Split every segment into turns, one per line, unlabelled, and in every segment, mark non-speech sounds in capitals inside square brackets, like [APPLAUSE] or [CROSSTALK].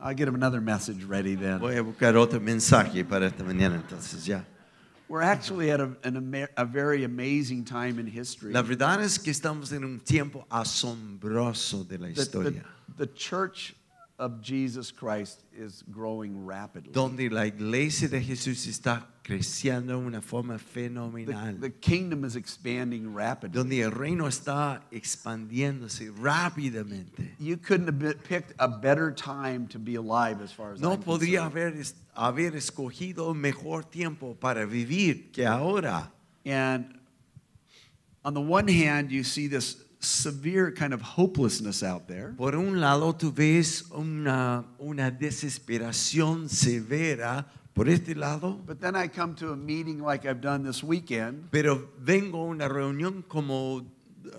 I'll get him another message ready then.
Voy a buscar otro mensaje para esta mañana entonces ya.
We're actually at a, an, ama- a very amazing time in history.
La verdad es que estamos en un tiempo asombroso de la
The, the,
historia,
the church of Jesus Christ is growing rapidly.
donde la iglesia de Jesús está creciendo de una forma
The,
fenomenal,
the kingdom is expanding rapidly.
donde el reino está expandiéndose rápidamente.
You couldn't have been- picked a better time to be alive as far as
No
I'm
podría
concerned.
haber, es- haber escogido un mejor tiempo para vivir que ahora.
And on the one hand, you see this severe kind of hopelessness out there.
Por un lado, tú ves una, una desesperación severa por este lado,
But then I come to a meeting like I've done this weekend,
pero vengo a una reunión como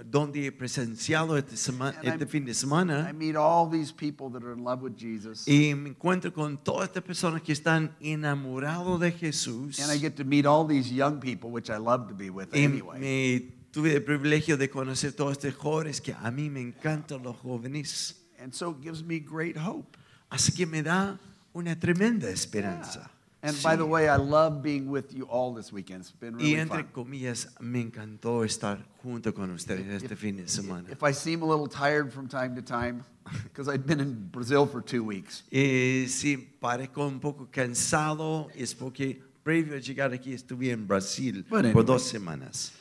donde he presenciado este, sema-
And
este
I'm-
fin de
I
semana
meet all these people that are in love with Jesus,
y me encuentro con todas estas personas que están enamorados de Jesús.
and I get to meet all these young people, which I love to be with
Y
anyway.
me tuve el privilegio de conocer todos estos jóvenes que a mí me encantan los jóvenes.
And so it gives me great hope.
Así que me da una tremenda esperanza.
And by
Sí.
the way, I love being with you all this weekend. It's been
Y
really fun.
entre comillas, me encantó estar junto con ustedes este fin de semana.
If I seem a little tired from time to time, [LAUGHS] because I'd been in Brazil for two weeks,
Eh, si parezco un poco cansado, es porque previo a llegar aquí estuve en Brasil
Bueno,
por
anyway.
dos semanas.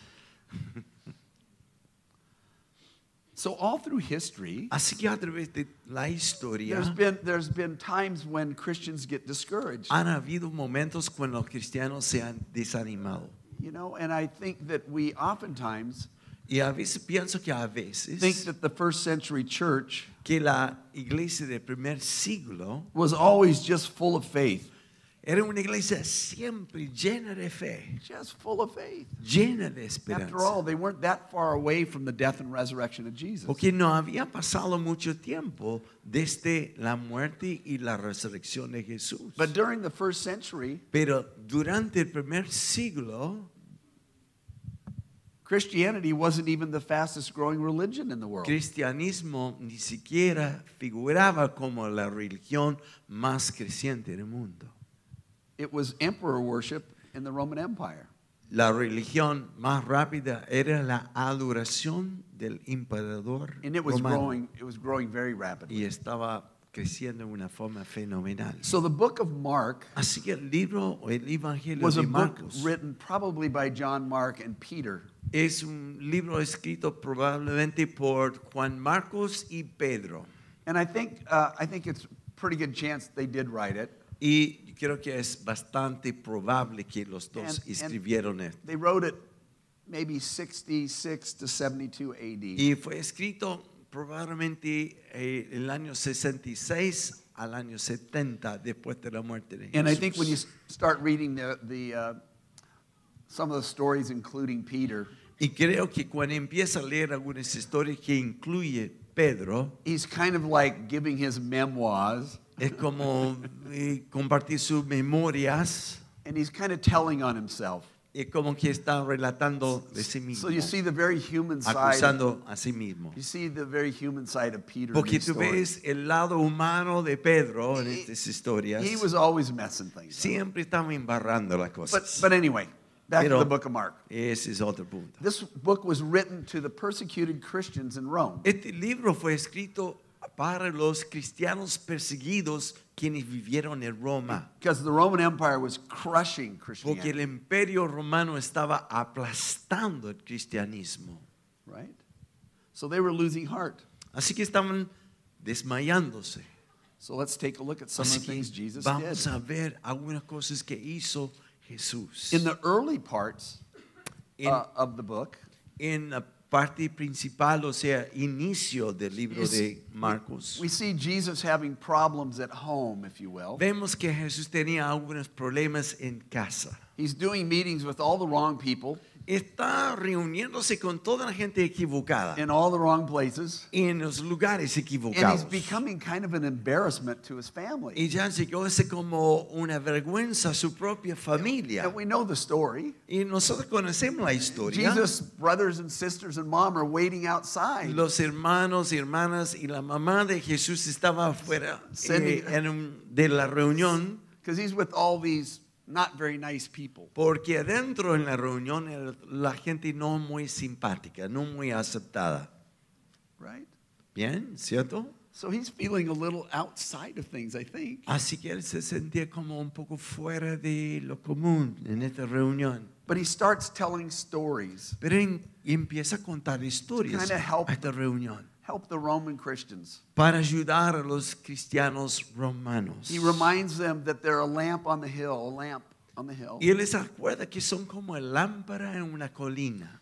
so all through history,
Así que a través de la
there's
historia
been there's been times when Christians get discouraged.
han habido momentos cuando los cristianos se han desanimado.
You know, and I think that we oftentimes
Y a veces pienso que a
think
veces
that the first century church
que la iglesia del primer siglo
was always just full of faith,
era una iglesia siempre llena de fe,
just full of faith.
llena de
After
esperanza.
all, they weren't that far away from the death and resurrection of Jesus.
Porque no había pasado mucho tiempo desde la muerte y la resurrección de Jesús.
But during the first century,
Pero durante el primer siglo,
Christianity wasn't even the fastest growing religion in the world.
cristianismo ni siquiera figuraba como la religión más creciente del mundo.
It was emperor worship in the Roman Empire.
La religión más rápida era la adoración del emperador
And it was
romano.
growing, it was growing very
y
rapidly.
estaba creciendo de una forma fenomenal.
So the book of Mark
Así que el libro o el evangelio
was a
de
book
Marcos
written probably by John Mark and Peter.
Es un libro escrito probablemente por Juan Marcos y Pedro.
And I think, uh, I think it's pretty good chance they did write it.
Y creo que es bastante probable que los dos
And- and-
escribieron esto.
They wrote it maybe 66 to 72 AD.
Y fue escrito probablemente eh, el año 66 al año 70 después de la muerte de Jesús.
And I think when you s- start reading the, the, uh, some of the stories, including Peter,
Y creo que cuando empieza a leer algunas historias que incluye Pedro,
he's kind of like giving his memoirs
es como eh, compartir sus memorias,
and he's kind of telling on himself.
es como que está relatando de sí mismo.
So you see the very human side.
acusando a sí mismo.
You see the very human side of Peter. in
Porque
these
tú
stories.
ves el lado humano de Pedro en
He-
estas historias.
He was always messing things up.
Siempre estaba embarrando las
But,
cosas.
but anyway, back to
Pero-
the book of Mark.
Ese es otro punto.
This book was written to the persecuted Christians in Rome.
Este libro fue escrito para los cristianos perseguidos quienes vivieron en Roma.
Because the Roman Empire was crushing
Porque el
Christianity,
imperio romano estaba aplastando el cristianismo.
right? So they were losing heart.
Así que estaban desmayándose.
So let's take a look at some
Así
of the
que
things Jesus
vamos
did.
a ver algunas cosas que hizo Jesús.
In the early parts
En-
uh, of the book,
en la parte principal, o sea, inicio del libro
is-
de Marcos,
we see Jesus having problems at home, if you will.
vemos que Jesús tenía algunos problemas en casa.
He's doing meetings with all the wrong people,
está reuniéndose con toda la gente equivocada
in all the wrong places.
en los lugares
And he's
equivocados.
becoming kind of an embarrassment to his family.
Y ya llegó ese como una vergüenza a su propia familia.
And we know the story.
Y nosotros conocemos la historia.
Jesus' brothers and sisters and mom are waiting outside.
Los hermanos y hermanas y la mamá de Jesús estaba afuera eh,
Sending-
en un- de la reunión
Because he's with all these not very nice people.
porque adentro en la reunión era la gente no muy simpática, no muy aceptada.
Right?
¿Bien? ¿Cierto?
So he's feeling a little outside of things, I think.
Así que él se sentía como un poco fuera de lo común en esta reunión.
But he starts telling stories.
Pero en- empieza a contar historias
Kinda help-
a esta reunión
Help the Roman Christians.
para ayudar a los cristianos romanos.
He reminds them that they're a lamp on the hill, a lamp on the hill.
Y él les acuerda que son como lámpara en una colina.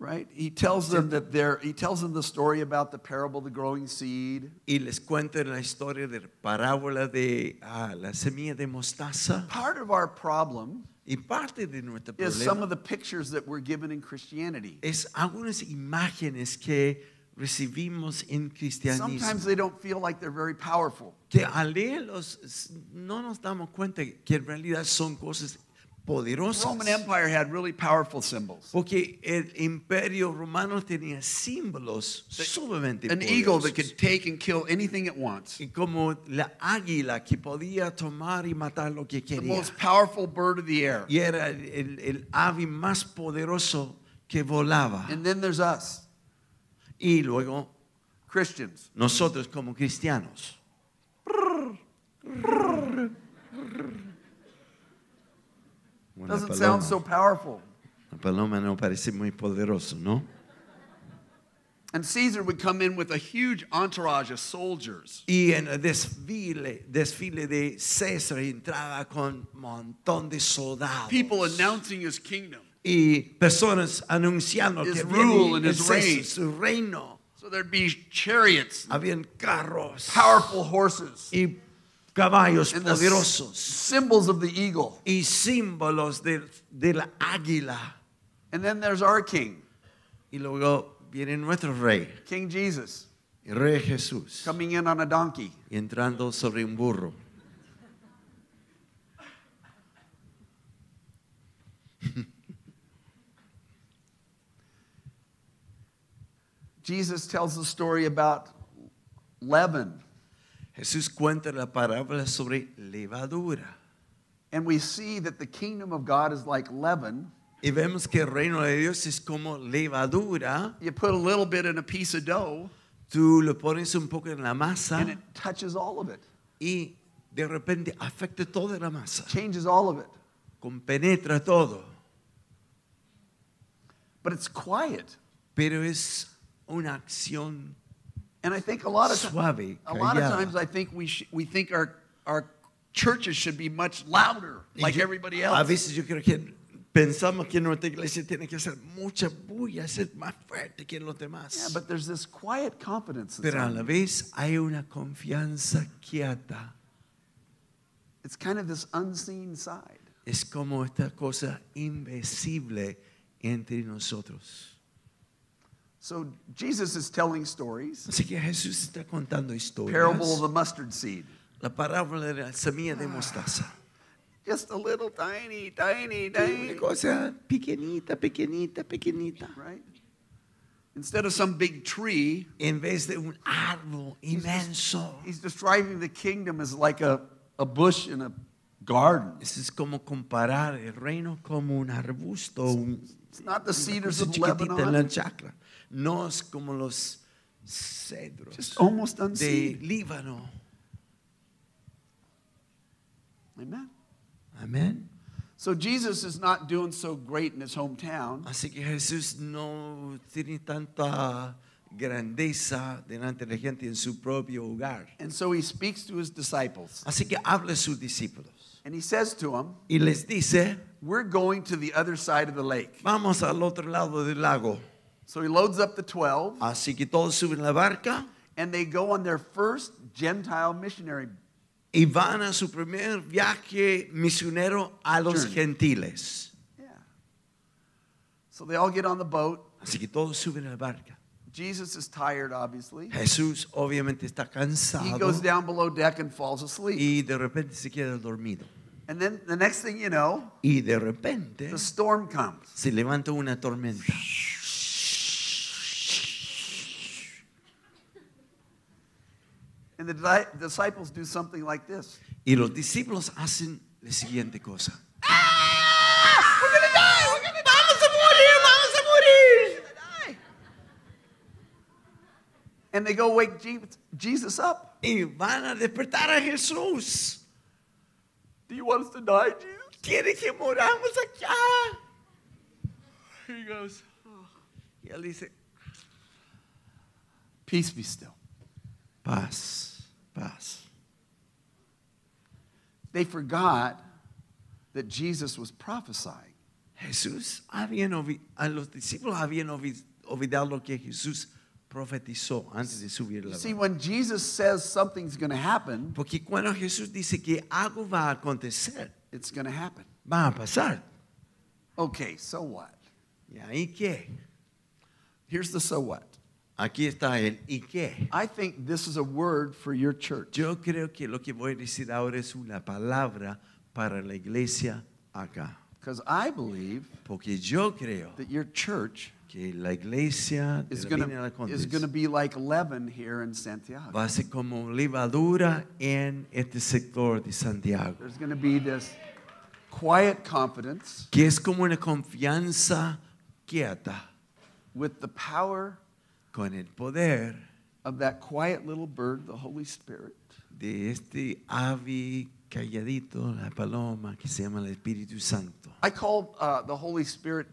Right? He tells them that they're he tells them the story about the parable of the growing seed.
Y les cuenta la historia de la parábola de ah, la semilla de mostaza.
Part of our problem
Y parte de nuestro
is some
problema
of the pictures that we're given in Christianity.
es algunas imágenes que recibimos en cristianismo.
Sometimes they don't feel like they're very powerful.
que al leerlos s- no nos damos cuenta que en realidad son cosas
The Roman
poderosas.
Empire had really powerful symbols.
Porque el imperio romano tenía símbolos sumamente
An eagle that
poderosos.
could take and kill anything it wants.
Y como la águila que podía tomar y matar lo que
The
quería.
most powerful bird of the air.
Y era el, el- el ave más poderoso que volaba.
And then there's us,
Y luego
Christians.
nosotros como cristianos. Una
Doesn't sound
paloma.
so powerful.
La paloma no parece muy poderoso, ¿no?
And Caesar would come in with a huge entourage of soldiers.
Y en el desfile, desfile de César entraba con un montón de soldados.
People announcing his kingdom.
y personas anunciando
His
que
rule
viene
and
el
his
César,
reign.
su reino.
So there'd be chariots,
Habían carros
powerful horses,
y caballos
and the s-
poderosos
symbols of the eagle.
y símbolos de, de la águila.
And then there's our king,
Y luego viene nuestro rey,
King Jesus,
el rey Jesús,
coming in on a donkey.
entrando sobre un burro.
Jesus tells the story about leaven.
Jesús cuenta la parábola sobre levadura.
And we see that the kingdom of God is like leaven.
Y vemos que el reino de Dios es como levadura.
You put a little bit in a piece of dough,
Tú lo pones un poco en la
and it
masa
touches all of it,
y de repente afecta toda la masa.
changes all of it.
Compenetra todo.
But it's quiet.
Pero es una acción
And I think a lot of ti-
Suave,
a lot of
callada.
times I think we sh- we think our our churches should be much louder,
Y
like
yo-
everybody
A
else.
veces yo creo que pensamos que nuestra iglesia tiene que hacer mucha bulla, ser más fuerte que los demás.
yeah, but there's this quiet confidence. that's
Pero a
on
la
it.
vez hay una confianza quieta.
It's kind of this unseen side.
Es como esta cosa invisible entre nosotros.
So Jesus is telling stories.
Así que Jesús está contando
Parable of
historias.
the mustard seed.
La parábola de la semilla de mostaza.
Just a little tiny, tiny,
Una
tiny.
cosa pequeñita, pequeñita, pequeñita.
Right? Instead of some big tree,
En vez de un árbol inmenso.
he's describing the kingdom as like a, a bush in a garden.
Eso es como comparar el reino como un arbusto, un
It's not the cedars
cosa
of
chiquitita en
Lebanon.
la chacra. No es como los cedros
Just almost
de
unseen.
Líbano.
Amen.
Amén.
So Jesus is not doing so great in his hometown.
Así que Jesús no tiene tanta grandeza delante de la gente en su propio hogar.
And so he speaks to his disciples.
Así que habla a sus discípulos
And he says to them,
y les dice,
We're going to the other side of the lake.
vamos al otro lado del lago.
So he loads up the 12,
Así que todos suben la barca
and they go on their first Gentile missionary.
y van a su primer viaje misionero a los
Journey.
gentiles.
Yeah. So they all get on the boat.
Así que todos suben a la barca.
Jesus is tired, obviously.
Jesús obviamente está
He goes
cansado
down below deck and falls asleep.
y de repente se queda dormido.
And then the next thing you know,
Y de repente
the storm comes.
se levanta una tormenta.
And the di- disciples do something like this.
Y los discípulos hacen la siguiente cosa.
¡Ah! And they go wake Je- Jesus up.
Y van a despertar a Jesús.
Do you want us to die, Jesus?
¿Quiere que moramos acá? He goes, "Oh." Y él dice,
Peace be still.
paz, paz.
They forgot that Jesus was prophesying.
Jesús, habían olvi- a los discípulos habían olvi- olvidado lo que Jesús profetizó antes de subir
You
la
see,
barca.
when Jesus says something's going to happen,
Porque cuando Jesús dice que algo va a acontecer,
it's going to happen.
va a pasar.
Okay, so what?
¿Y ahí qué?
Here's the so what.
Aquí está el ¿y qué?
I think this is a word for your church.
Yo creo que lo que voy a decir ahora es una palabra para la iglesia acá.
Because I believe
Porque yo creo
that your church
que la iglesia de
is
la
going
Viña del
to
Condés
is gonna be like leaven here in Santiago.
va a ser como levadura en este sector de Santiago.
There's going to be this quiet confidence
Que es como una confianza quieta
with the power
con el poder
of that quiet little bird, the Holy Spirit,
de este ave calladito, la paloma que se llama el Espíritu Santo.
I call uh, the Holy Spirit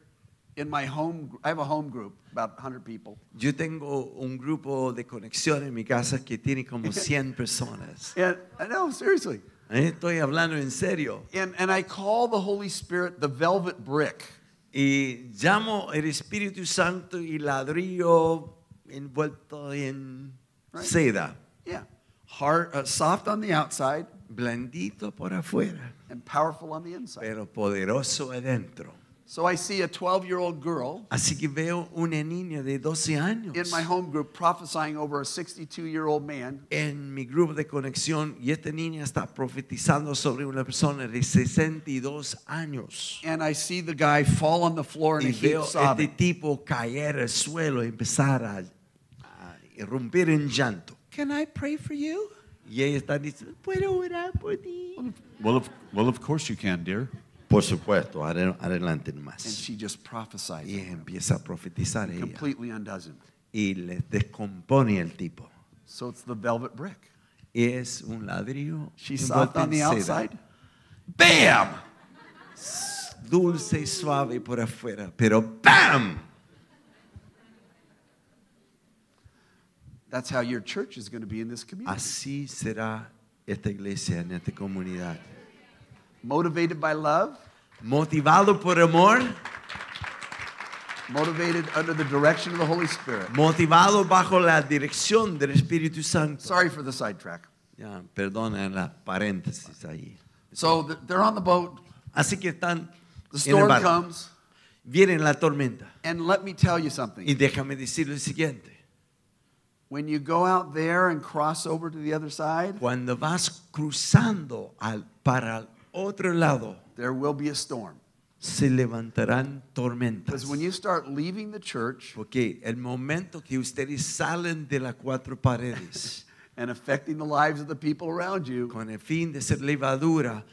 in my home. I have a home group, about 100 people.
Yo tengo un grupo de conexión en mi casa que tiene como 100 personas.
And I know, seriously.
Eh, Estoy hablando en serio.
And, and I call the Holy Spirit the velvet brick.
Y llamo el Espíritu Santo y ladrillo envuelto en
Right.
seda,
Yeah. Hard, uh, soft on the outside
blandito por afuera,
and powerful on the inside.
pero poderoso adentro.
So I see a 12 year old girl
Así que veo una niña de 12 años
in my home group prophesying over a 62 year old man
en mi grupo de conexión y esta niña está profetizando sobre una persona de 62 años.
and I see the guy fall on the floor in a
Y
heap
veo este
sobbing.
tipo caer al suelo y empezar a, a irrumpir en llanto.
Can I pray for you?
Y ella está diciendo, ¿puedo orar por ti?
Well, of, well, of course you can, dear.
Por supuesto, adel- adelante
And
nomás.
she just prophesies over
Y ella
him,
empieza a profetizar ella.
completely undoes him.
Y le descompone el tipo.
So it's the velvet brick.
Es un ladrillo.
She's soft
envuelto
on
en
the
seda.
outside,
¡Bam! S- Dulce y suave por afuera, pero ¡bam!
that's how your church is going to be in this community.
Así será esta iglesia en esta comunidad.
Motivated by love,
Motivado por amor,
motivated under the direction of the Holy Spirit.
motivado bajo la dirección del Espíritu Santo.
Sorry for the sidetrack.
Ya, perdona las paréntesis ahí.
So th- they're on the boat.
Así que están
The
en el
storm
barco.
comes.
Viene la tormenta.
And let me tell you
Y
something.
déjame decir lo siguiente.
When you go out there and cross over to the other side,
Cuando vas cruzando al, para el otro lado,
there will be a storm.
se levantarán tormentas.
Because Pues when you start leaving the church
Porque el momento que ustedes salen de las cuatro
[LAUGHS]
paredes
and affecting the lives of the people around you,
con el fin de ser levadura,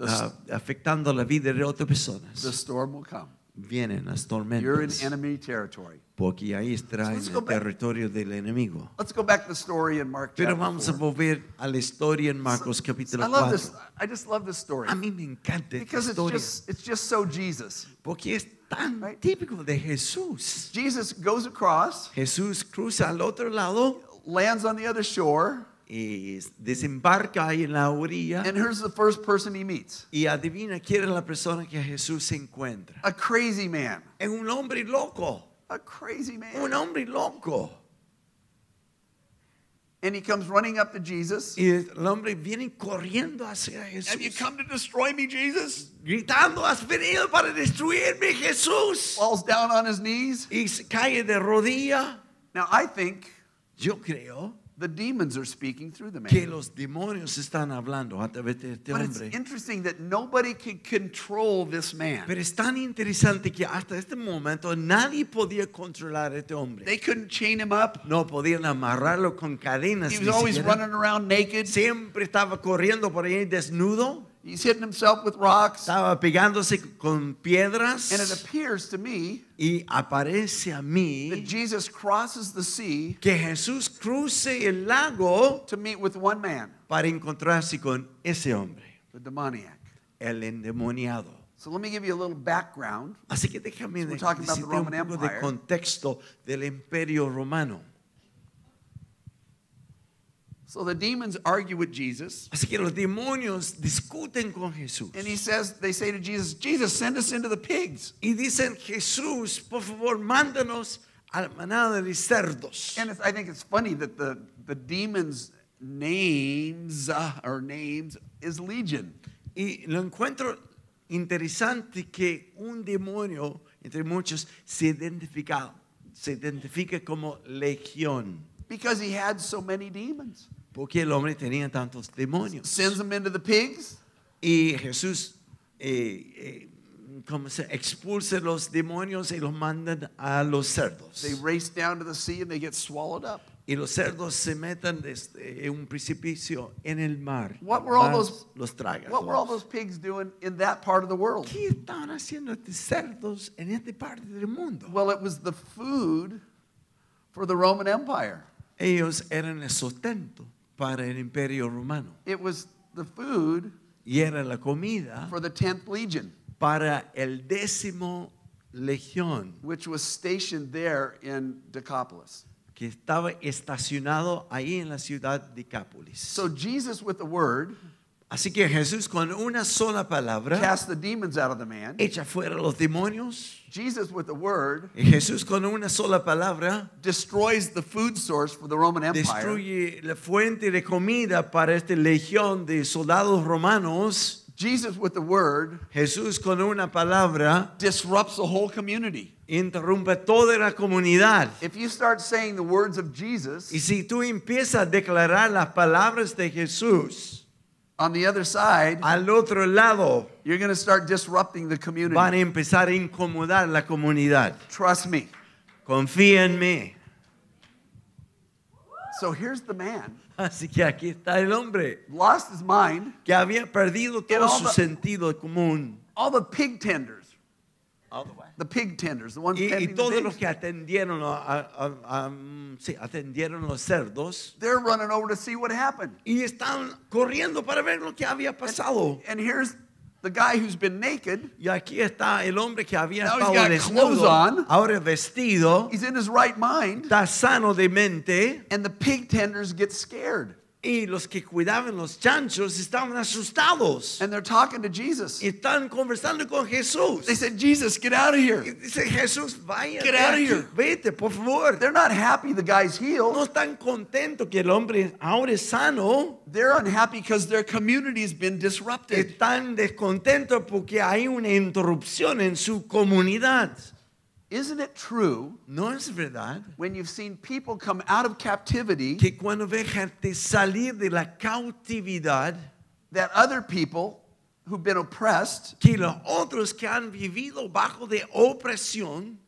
ah, afectando la vida de
the
otras personas,
storm will come.
vienen las
You're in
tormentas.
enemy territory.
Porque ahí está
So
en
let's go
el
back.
territorio del enemigo.
Let's go back to the story in Mark
Pero
chapter
vamos a
four.
volver a la historia en Marcos
I
capítulo
love this.
4.
I just love this story
A mí me encanta esta
because it's
historia
just it's just so Jesus.
porque es tan
Right.
típico de Jesús.
Jesus goes across,
Jesús cruza al otro lado
lands on the other shore,
y desembarca ahí en la orilla
and here's the first person he meets:
y adivina quién es la persona que Jesús se encuentra.
a crazy man,
Es un hombre loco, Oh,
a crazy man.
un hombre loco.
and he comes running up to Jesus.
Y el hombre viene corriendo hacia
Have you
Jesús,
come to destroy me, Jesus?
gritando, has venido para destruirme, Jesús.
Falls down on his knees.
Y se cae de rodilla.
Now, I think
Yo creo
the demons are speaking through the
que
man.
los demonios están hablando a través de este
But it's
hombre.
interesting that nobody could control this man.
Pero es tan interesante que hasta este momento nadie podía controlar a este hombre.
They couldn't chain him up.
No podían amarrarlo con cadenas.
He
ni
was always
siquiera.
running around naked.
Siempre estaba corriendo por ahí desnudo.
He's hitting himself with rocks.
Estaba pegándose con
And it
piedras.
appears to me
Y aparece a
that
mí
Jesus crosses the sea
que Jesús cruce el lago
to meet with one man,
para encontrarse con ese hombre,
the demoniac.
el endemoniado.
So let me give you a little background.
Así que déjame
So we're
de-
talking about the
decirte un
Roman
poco de
Empire.
contexto del imperio romano.
So the demons argue with Jesus,
Así que los demonios discuten con Jesús.
and he says, they say to Jesus, Jesus, send us into the pigs.
Y dicen, Jesús, por favor, mándanos al manada de los cerdos.
And it's, I think it's funny that the, the demons' names uh, or names is legion.
Y lo encuentro interesante que un demonio, entre muchos, se identifica, se identifica como legión.
Because he had so many demons.
Porque el hombre tenía tantos demonios.
Sends them into the pigs,
Y Jesús eh, eh, ¿cómo se expulsa los demonios y los mandan a los cerdos.
they race down to the sea and they get swallowed up.
Y los cerdos se meten desde un precipicio en el mar.
What were all
Mar
those-
los traga.
What were all
todos.
those pigs doing in that part of the world?
¿Qué estaban haciendo estos cerdos en esta parte del mundo?
Well, it was the food for the Roman Empire.
Ellos eran el sustento para el imperio romano.
It was the food
Y era la comida
for the 10th legion,
para el décimo legión
which was stationed there in Decapolis.
que estaba estacionado ahí en la ciudad de Cápolis.
So Jesus, with a word,
Así que Jesús con una sola palabra
cast the demons out of the man.
echa fuera los demonios.
Jesus, with a word,
Y Jesús con una sola palabra
destroys the food source for the Roman Empire.
destruye la fuente de comida para esta legión de soldados romanos.
Jesus, with a word,
Jesús con una palabra
disrupts the whole community.
interrumpe toda la comunidad.
If you start saying the words of
Y
Jesus,
si tú empiezas a declarar las palabras de Jesús
on the other side,
al otro lado,
you're going to start disrupting the
van a
community.
empezar a incomodar la comunidad.
Trust me.
Confía en mí.
So here's the man,
Así que aquí está el hombre.
lost his mind.
que había perdido todo
all
su
the-
sentido común.
All the pig tenders, the pig tenders, the ones
Y, y
tending the
todos los
pigs,
que atendieron a, a- a- a- sí, atendieron los cerdos
they're running over to see what happened.
y estaban corriendo para ver lo que había pasado.
And here's the guy who's been naked.
Y aquí está el hombre que había
Now he's
estado
got clothes
desnudo,
on.
ahora vestido,
He's in his right mind,
está sano de mente
and the pig tenders get scared.
y los que cuidaban los chanchos estaban asustados.
And they're talking to Jesus.
Y están conversando con Jesús.
They said, Jesus, get out of
Y
here.
dice Jesús, vaya,
Get out of here."
vete, por favor.
They're not happy the guy's
no
healed.
están contentos que el hombre ahora es sano,
They're unhappy because their community's been disrupted.
están descontentos porque hay una interrupción en su comunidad.
Isn't it true
No es verdad
when you've seen people come out of captivity
que cuando ves gente salir de la cautividad,
that other people who've been oppressed
que los otros que han vivido bajo de opresión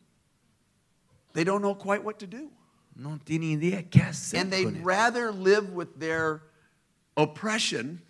they don't know quite what to do.
no tienen idea qué hacer.
And they'd
con él.
rather live with their oppression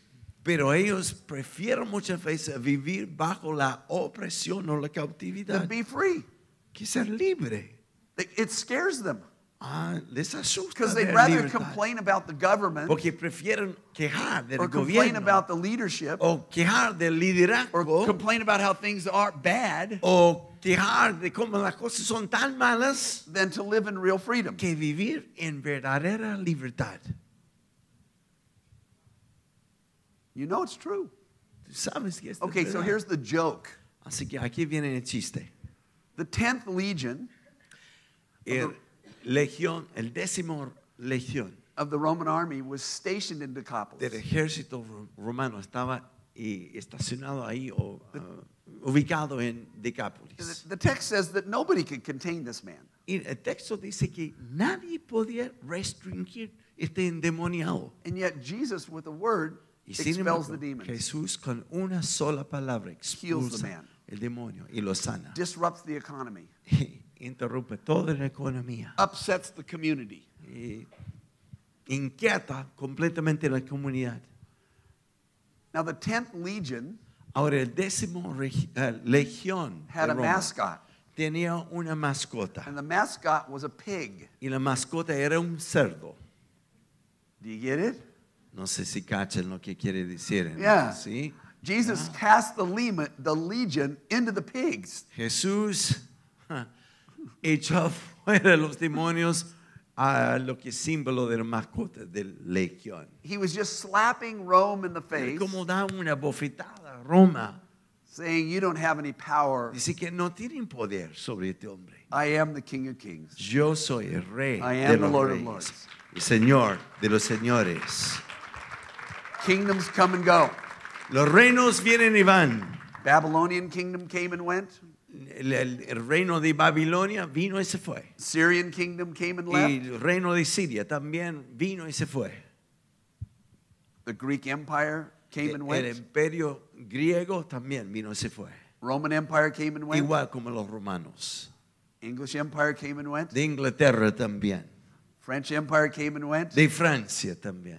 Pero ellos prefieren muchas veces vivir bajo la opresión o la
than
cautividad
be free.
que ser libre.
They- It scares them
Ah, les asusta.
because they'd
ver
rather
libertad.
complain about the government
Porque prefieren quejar del
or complain
gobierno
about the leadership
o quejar del
or
liderazgo
complain about how things are bad
o quejar de cómo las cosas son tan malas
than to live in real freedom.
que vivir en verdadera libertad.
You know it's true.
Tú sabes que es
Okay, so here's the joke.
Así que aquí viene el chiste.
The 10th legion Uh-huh.
El legión, el décimo legión
of the Roman army was stationed in
del
Decapolis.
ejército ro- romano estaba eh, estacionado ahí o ah, ubicado en Decápolis.
The text says that nobody could contain this man.
Y el texto dice que nadie podía restringir este endemoniado.
And yet, Jesus, with a word,
Y sin
expels the
embargo,
demon,
Jesús con una sola palabra expulsa
man.
el demonio y lo sana.
disrupts the economy,
[LAUGHS] Interrumpe toda la economía.
upsets the community.
y inquieta completamente la comunidad.
Now, the 10th legion
Ahora, el décimo regi- eh, legión de
had a
Roma
mascot,
tenía una mascota
and the mascot was a pig.
y la mascota era un cerdo.
Do you get it?
No sé si cachan lo que quiere decir. ¿no?
Yeah.
¿Sí?
Jesus cast the, lema, the legion into the pigs.
Jesús ja, echó fuera los demonios a lo que es símbolo de la mascota del legión.
He was just slapping Rome in the face,
Como da una bofetada a Roma.
saying, You don't have any power.
Dice que no tienen poder sobre este hombre.
I am the King of Kings.
Yo soy el rey
I
de
am the
los
Lord of
reyes,
lords.
el señor de los señores.
Kingdoms come and go.
Los reinos vienen y van.
Babylonian kingdom came and went.
El, el- el reino de Babilonia vino y se fue.
Syrian kingdom came and left.
Y el reino de Siria también vino y se fue.
The Greek Empire came and
E, El, el
went.
imperio griego también vino y se fue.
Roman Empire came and went.
Igual como los romanos.
English Empire came and went.
De Inglaterra también.
French Empire came and went.
De Francia también.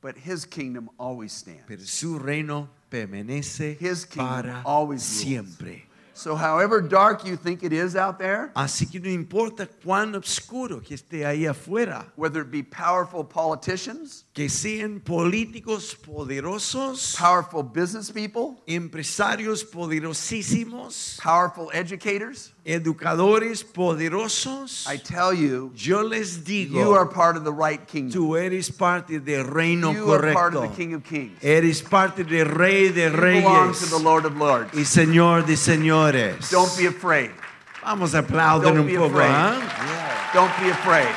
But his kingdom always stands.
Pero su reino permanece
His kingdom
para
always rules.
siempre.
So, however dark you think it is out there,
Así que no importa cuán oscuro que esté ahí afuera,
whether it be powerful politicians,
que sean políticos poderosos,
powerful business people,
empresarios poderosísimos,
powerful educators,
educadores poderosos,
I tell you,
yo les
you are
digo,
part of the right kingdom.
tú eres parte del reino
You are part of
correcto,
the King of Kings.
eres parte del rey de
You belong to
reyes
the Lord of
y
Lords.
señor de señores.
Don't be afraid.
Vamos a aplaudir
Don't
un
be
poco.
afraid.
¿ah?
Don't be afraid.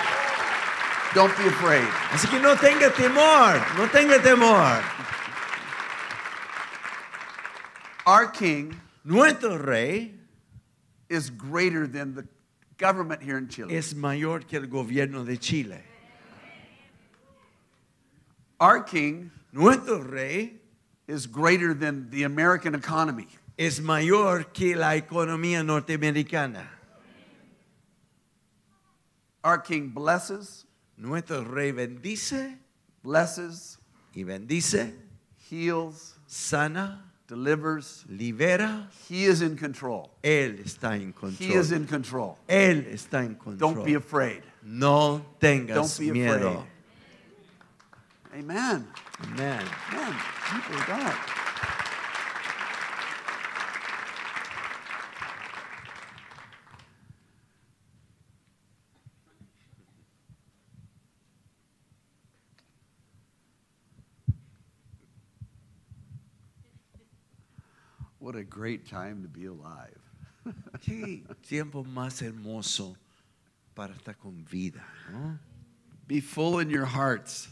Don't be afraid.
Así que no tenga temor, no tenga temor.
Our King
Nuestro rey
is greater than the government here in Chile.
es mayor que el gobierno de Chile.
Our King
Nuestro rey
is greater than the American economy.
es mayor que la economía norteamericana.
Our King blesses,
Nuestro rey bendice
blesses,
y bendice,
heals,
sana,
delivers.
libera.
He is in control.
Él está en
He is
control.
in control.
Él está en
Don't be
control.
afraid.
No tengas
Don't be
miedo.
Amen.
Amén.
Amen. People of God. What a great time to be alive.
Qué tiempo más hermoso para estar con vida. ¿no?
Be full in your hearts.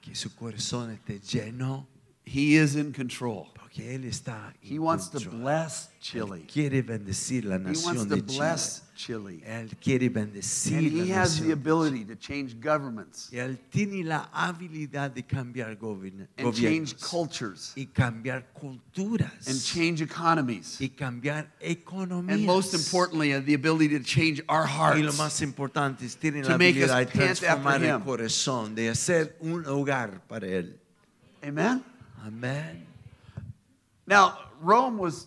Que su corazón esté lleno
He is in control.
porque Él está en
He wants to
control.
bless Chile.
quiere bendecir la
He wants
nación
to
de Chile.
bless Chile.
Él quiere
And he
bendecir la
has the
nación.
ability to change governments
Él tiene la habilidad de cambiar gobier-
and change
gobiernos
cultures
y cambiar
and
culturas
change economies.
y cambiar economías.
And most importantly, uh, the ability to change our
y lo
hearts.
más importante es tiene
to
la
make us
habilidad de
pant after
transformar el
him.
corazón, de hacer un hogar para él.
Amen?
Amén.
Now, Rome was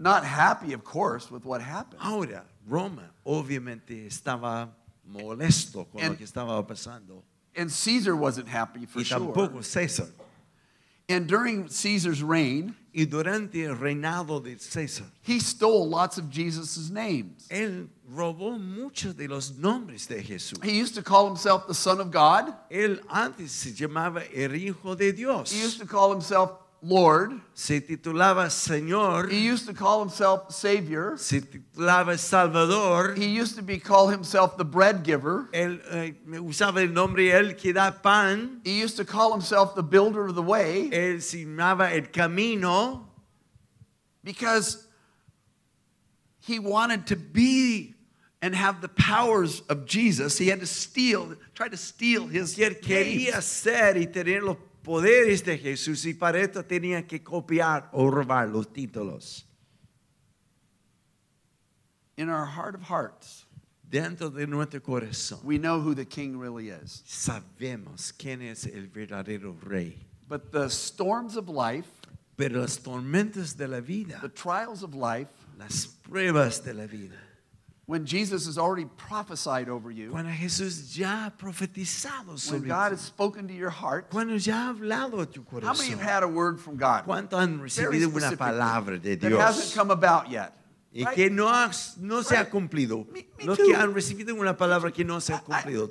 not happy, of course, with what happened.
Ahora, Roma obviamente estaba molesto con
And-
lo que estaba pasando
And Caesar wasn't happy for
y
sure.
tampoco César.
And during Caesar's reign,
Y durante el reinado de César,
he stole lots of Jesus' names.
Él robó muchos de los nombres de Jesús.
He used to call himself the Son of God,
Él antes se llamaba el Hijo de
he used
Dios.
to call himself Lord.
se titulaba Señor,
He used to call himself Savior.
se titulaba Salvador,
He used to be call himself the bread giver.
él eh, usaba el nombre Él que da pan,
He used to call himself the builder of the way
él se llamaba el camino,
because he wanted to be and have the powers of Jesus. He had to steal, try to steal his
que él quería
names.
ser y tener los poderes de Jesús y para esto tenía que copiar o robar los títulos.
In our heart of hearts,
Dentro de nuestro corazón
we know who the king really is.
sabemos quién es el verdadero rey,
But the storms of life,
pero las tormentas de la vida,
the trials of life,
las pruebas de la vida,
when Jesus has already prophesied over you,
cuando Jesús ya ha profetizado
when
sobre
God
ti,
has spoken to your heart,
cuando ya ha hablado a tu
how many
corazón,
have had a word from God?
cuánto han
Very
recibido una
specifically,
palabra de
That hasn't
Dios
come about yet.
y
Right?
que no, ha- no se ha
Right.
cumplido,
Me- me
los
too.
que han recibido una palabra que no se ha cumplido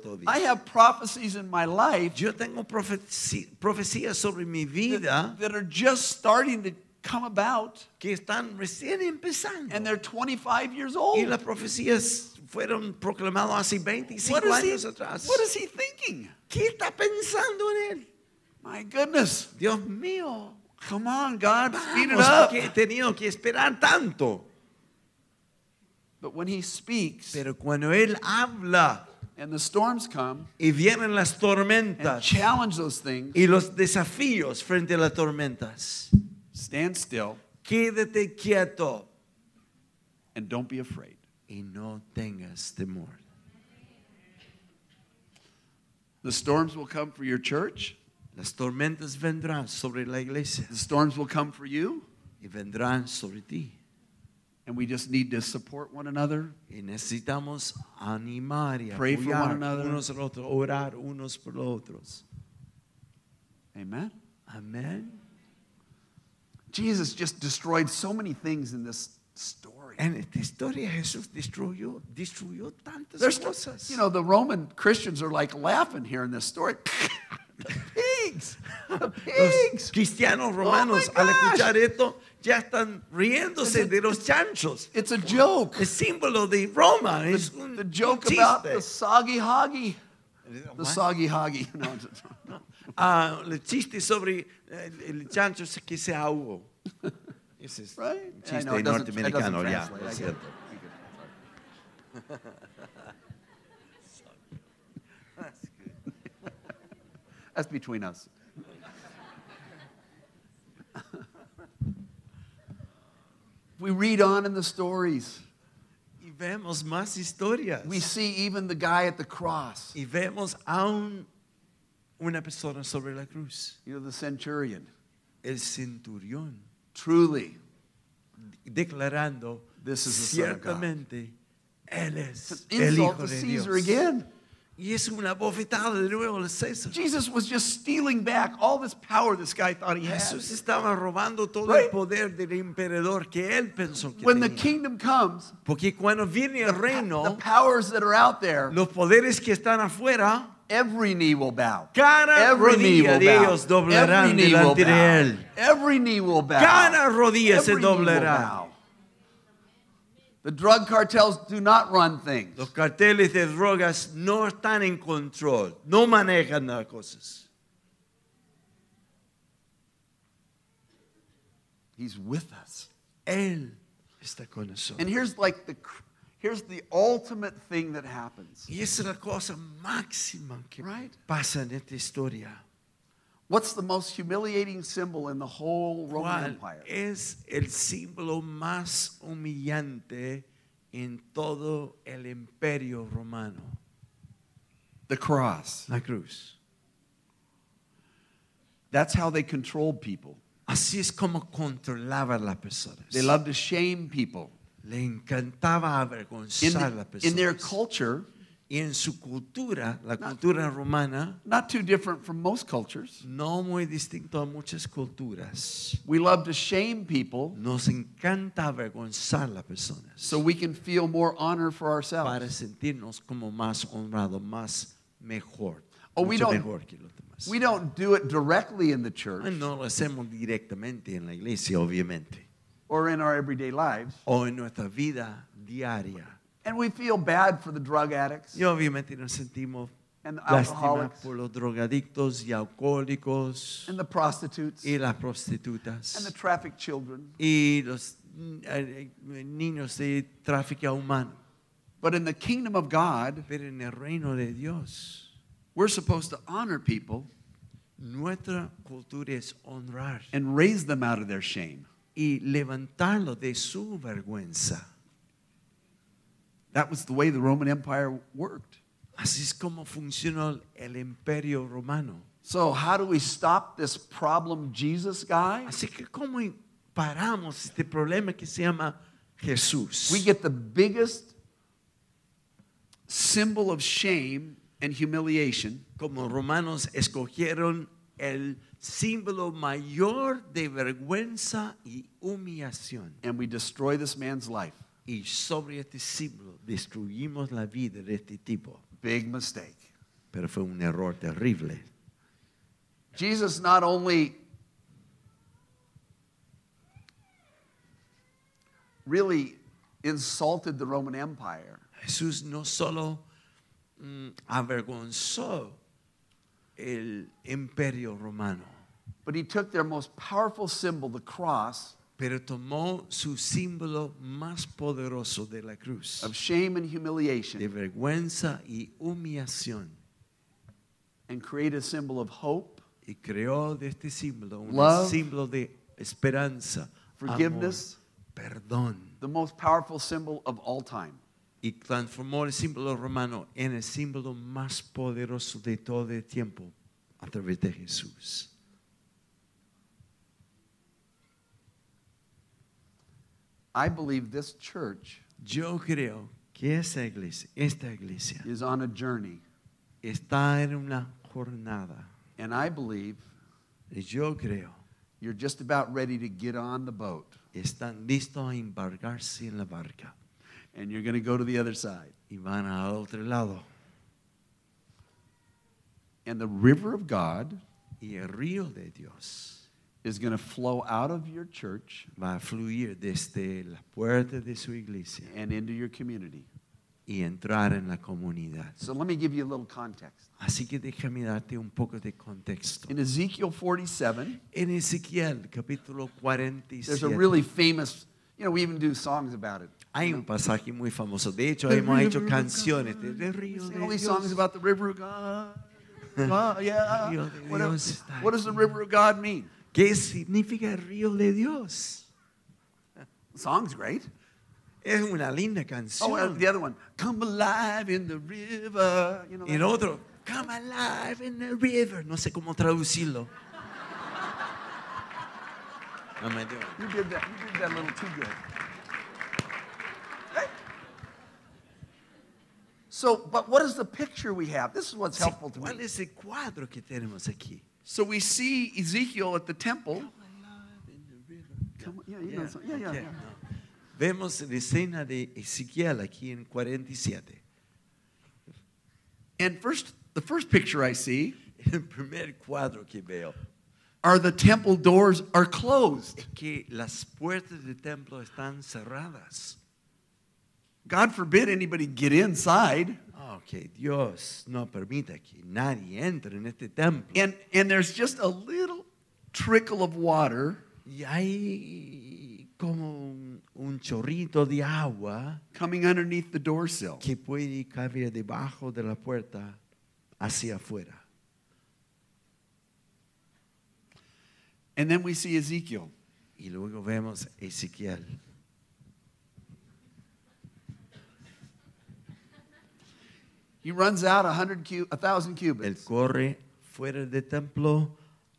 [LAUGHS] I
todavía.
have prophecies in my life
Yo tengo profeci- profecías sobre mi vida
that, that are just starting to come about,
que están recién empezando.
and they're 25 years
Y
old.
las profecías fueron proclamadas hace 25
What is,
años
he,
atrás.
what is he thinking?
¿Qué está pensando en él?
My goodness.
Dios mío,
Come on, God, speed it
vamos,
up.
que he tenido que esperar tanto.
But when he speaks
Pero cuando él habla
and the storms come
y vienen las
and
tormentas
challenge those things,
y los desafíos frente a las tormentas,
stand still
quédate quieto
and don't be afraid.
y no tengas temor.
The storms will come for your church,
Las tormentas vendrán sobre la iglesia
the storms will come for you,
y vendrán sobre ti.
and we just need to support one another,
Y necesitamos animar y
Pray for
apoyar
one another.
unos al otro, orar unos por los otros.
Amen.
Amén.
Jesus just destroyed so many things in this story.
En esta historia Jesús destruyó, destruyó tantas
There's
cosas. [LAUGHS]
you know, the Roman Christians are like laughing here in this story. [LAUGHS] the [LAUGHS] pigs, the
los
pigs. Oh
cristianos romanos
my
al
gosh.
escuchar esto ya están riéndose de los chanchos.
It's a joke.
El símbolo de Roma es
The,
un
the joke
un
about
chiste.
the soggy hoggy, the
What?
soggy hoggy. [LAUGHS] No, I'm just-
Ah, el chiste sobre eh, el, chancho que se ahogó.
[LAUGHS]
Ese es
right?
un
I know,
chiste
it doesn't- it doesn't
norteamericano, ya,
translate. I
lo
get it.
siento.
I get it. Sorry. That's between us. we read on in the stories.
Y vemos más historias.
We see even the guy at the cross,
y vemos aún una persona sobre la cruz,
you know, the centurion.
el centurión,
Truly,
declarando
This is the Son of God.
ciertamente él es
it's an
el
insult to
hijo de
Caesar
Dios.
again.
Y es una bofetada de nuevo al César.
Jesus was just stealing back all this power this guy thought he had.
Jesús estaba robando todo
Right.
el poder del emperador que él pensó que
When the
tenía.
kingdom comes,
Porque cuando viene el
the
reino,
powers that are out there,
los poderes que están afuera,
every knee will bow.
cada
Every knee
rodilla
will
de
bow.
ellos doblarán
Every knee will
delante de
bow.
él.
Every knee will bow.
Cada rodilla se
Every knee will
doblará.
bow. The drug cartels do not run things.
Los carteles de drogas no están en control, no manejan las cosas.
He's with us.
Él está con nosotros.
And here's like the cr- here's the ultimate thing that happens.
Y esa es la cosa máxima que
Right.
pasa en esta historia.
What's the most humiliating symbol in the whole Roman
¿Cuál
Empire?
es el símbolo más humillante en todo el imperio romano?
The cross.
La cruz.
That's how they controlled people.
Así es como controlaba a las personas.
They loved to shame people.
Le encantaba
In,
avergonzar a
the-
las
in their
personas.
culture,
y en su cultura, la cultura romana,
not too different from most cultures,
no muy distinto a muchas culturas.
we love to shame people
Nos encanta avergonzar a las personas
so we can feel more honor for
para
ourselves.
sentirnos como más honrados, más mejor.
Oh, we
mucho
don't-
mejor que los demás. problemas.
We don't do it directly in the church
No lo hacemos directamente en la iglesia, obviamente,
or in our everyday lives.
o en nuestra vida diaria.
And we feel bad for the drug addicts.
Y obviamente nos sentimos
And the
lástima
alcoholics.
por los drogadictos y alcohólicos
and the prostitutes
y las
and the
prostitutas
trafficked children.
y los mm, eh, eh, niños de tráfico humano.
But in the kingdom of God,
Pero en el reino de Dios,
we're supposed to honor people
nuestra cultura es honrar
and raise them out of their shame.
y levantarlo de su vergüenza.
That was the way the Roman Empire worked.
Así es como funcionó el imperio romano.
So, how do we stop this problem Jesus guy?
Así que cómo paramos este problema que se llama Jesús.
We get the biggest symbol of shame and humiliation
como romanos escogieron el símbolo mayor de vergüenza y humillación.
and we destroy this man's life.
Y sobre este símbolo destruimos la vida de este tipo.
Big mistake.
Pero fue un error terrible.
Jesus not only really insulted the Roman Empire,
Jesús no solo mm, avergonzó el imperio romano,
but he took their most powerful symbol, the cross,
pero tomó su símbolo más poderoso de la cruz,
of shame and
de
humiliation,
vergüenza y humillación.
and created a symbol of hope,
y creó de este símbolo un
Love,
símbolo de esperanza,
forgiveness.
amor, perdón
the most powerful symbol of all time.
y transformó el símbolo romano en el símbolo más poderoso de todo el tiempo a través de Jesús.
I believe this church
Yo creo que esa iglesia, esta iglesia
is on a journey,
está en una jornada
and I believe
y yo creo
you're just about ready to get on the boat
están listos a embarcarse en la barca
and you're going to go to the other side.
y van al otro lado
And the river of God
y el río de Dios
is going to flow out of your church
va a fluir desde la puerta de su iglesia
and into your community.
y entrar en la comunidad.
So let me give you a little context.
Así que déjame darte un poco de contexto.
In Ezekiel 47,
En Ezequiel capítulo
there's a
47
really famous, you know, we even do songs about it.
hay un pasaje muy famoso. De hecho, hemos hecho canciones de, de
We
río
sing
de
all these
Dios.
songs about the river of
[LAUGHS]
God. Well, yeah.
Río de
What,
Dios está
what does the
aquí.
river of God mean?
¿Qué significa el río de Dios?
The song's great.
Es una linda
Oh, and
canción.
the other one. Come alive in the river. You know,
El
that-
otro, Come alive in the river. No sé cómo traducirlo. No me dio.
you did that. You did that a little too good. Right? So, but what is the picture we have? This is what's
Sí,
helpful to
¿Cuál
me.
es el cuadro que tenemos aquí?
So we see Ezekiel at the temple. Come- yeah, you know
Yeah,
something. Yeah, yeah,
okay,
yeah.
no. Vemos la escena de Ezequiel aquí en 47.
And first, the first picture I see
El primer cuadro que veo
are the temple doors are closed.
es que las puertas del templo están cerradas.
God forbid anybody get inside.
Ah, Ok, Dios no permita que nadie entre en este templo.
And, and there's just a little trickle of water
Y hay como un, un chorrito de agua
coming underneath the door sill.
que puede caer debajo de la puerta hacia afuera.
And then we see Ezekiel.
Y luego vemos Ezequiel.
He runs out 100 cu- 1,000
Él
cubits.
corre fuera del templo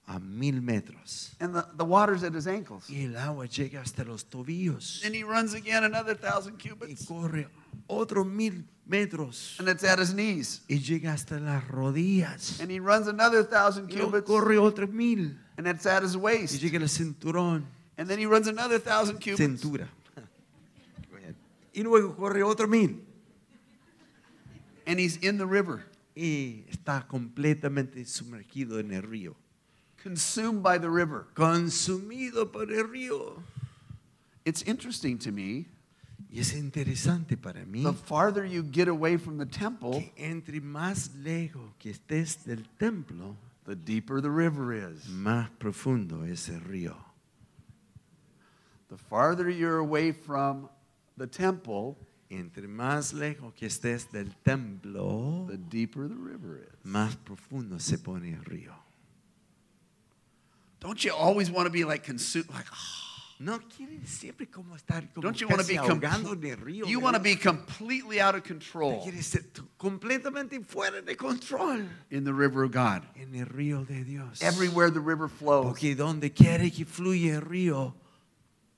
a mil metros.
And the, the water's at his ankles.
Y el agua llega hasta los tobillos.
And he runs again another 1,000
Y
cubits.
corre otros mil metros.
And it's at his knees.
Y llega hasta las rodillas.
And he runs another 1,000
Y luego
cubits.
corre otros mil.
And it's at his
Y
waist.
llega al cinturón.
And then he runs another 1,000 cubits.
[LAUGHS] Cintura. Y luego corre otro mil.
And he's in the river.
y está completamente sumergido en el río,
consumed by the river.
consumido por el río.
It's interesting to me.
Y es interesante para mí
The farther you get away from the temple,
que entre más lejos que estés del templo,
the deeper the river is.
más profundo es el río.
The farther you're away from the temple,
Entre más lejos que estés del templo,
the deeper the river is.
más profundo se pone el río.
Don't you always want to be like consumed? Like, "Ah."
No quiere siempre como estar como
don't you want to
casi
be
ahogando
compl-
en el río.
You
¿verdad?
want to be Oh. completely out of control
Quiere ser tú completamente fuera de control
in the river of God.
en el río de Dios.
Everywhere the river flows,
Porque donde quiere que fluya el río,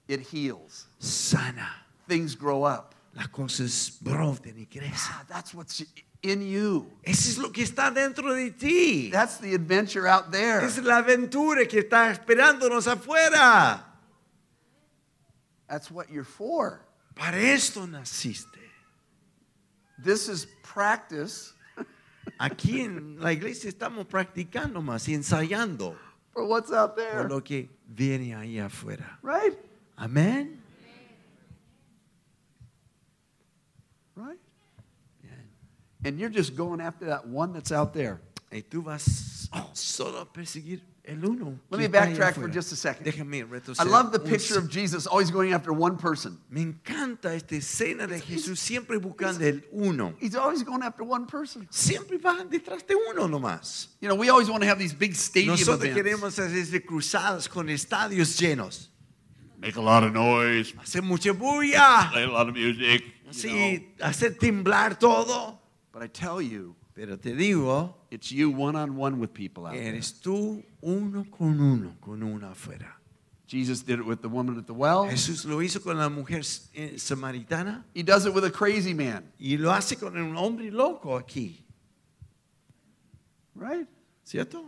it heals.
sana.
Things grow up.
Las cosas brotan y crecen.
Ah, that's what's in you.
Eso es lo que está dentro de ti.
That's the adventure out there.
Es la aventura que está esperándonos afuera.
That's what you're for.
Para esto naciste.
This is practice
Aquí en la iglesia estamos practicando más y ensayando
for what's out
por
there.
lo que viene ahí afuera.
Right?
Amén.
Right? And you're just going after that one that's out there.
Y tú vas solo a perseguir el uno.
Let
que
me
está ahí
backtrack for
afuera.
just a second.
Déjame
I
retroceder.
love the
un
picture of Jesus always going after one person.
Me encanta esta escena de Jesús siempre buscando el uno.
He's always going after one person.
Siempre va detrás de uno nomás.
You know, we always want to have these big stadium
Nosotros
events.
queremos hacer cruzadas con estadios llenos.
Make a lot of noise,
Hacer mucha bulla.
play a lot of music. you know.
Sí, hacer temblar todo.
But I tell you,
Pero te digo,
it's you one on one with people out there.
eres tú uno con uno, con uno afuera.
Jesus did it with the woman at the well.
Jesús lo hizo con la mujer eh, samaritana
He does it with a crazy man,
y lo hace con un hombre loco aquí,
right?
¿cierto?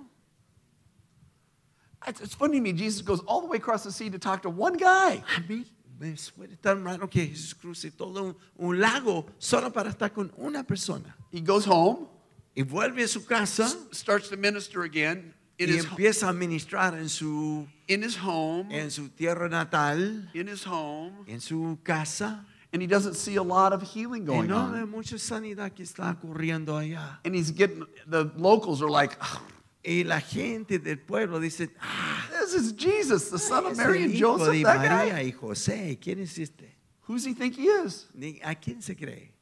It's, it's funny to me. Jesus goes all the way across the sea to talk to one guy.
A mí me suena tan raro que Jesús cruce todo un, un lago solo para estar con una persona.
He goes home,
Y vuelve a su casa
starts to minister again in
y
his,
empieza a ministrar en su,
in his home,
en su tierra natal,
in his home,
en su casa.
and he doesn't see a lot of healing
Y
going
no hay
on.
mucha sanidad que está ocurriendo allá.
And he's getting, the locals are like, "Oh, "Ugh,
Y la gente del pueblo dice, ah,
this is Jesus, the son of
es el
Mary and
hijo
Joseph,
de
that
María
guy.
y José, ¿quién es este?
Who's he think he is?
Ni- ¿A quién se cree?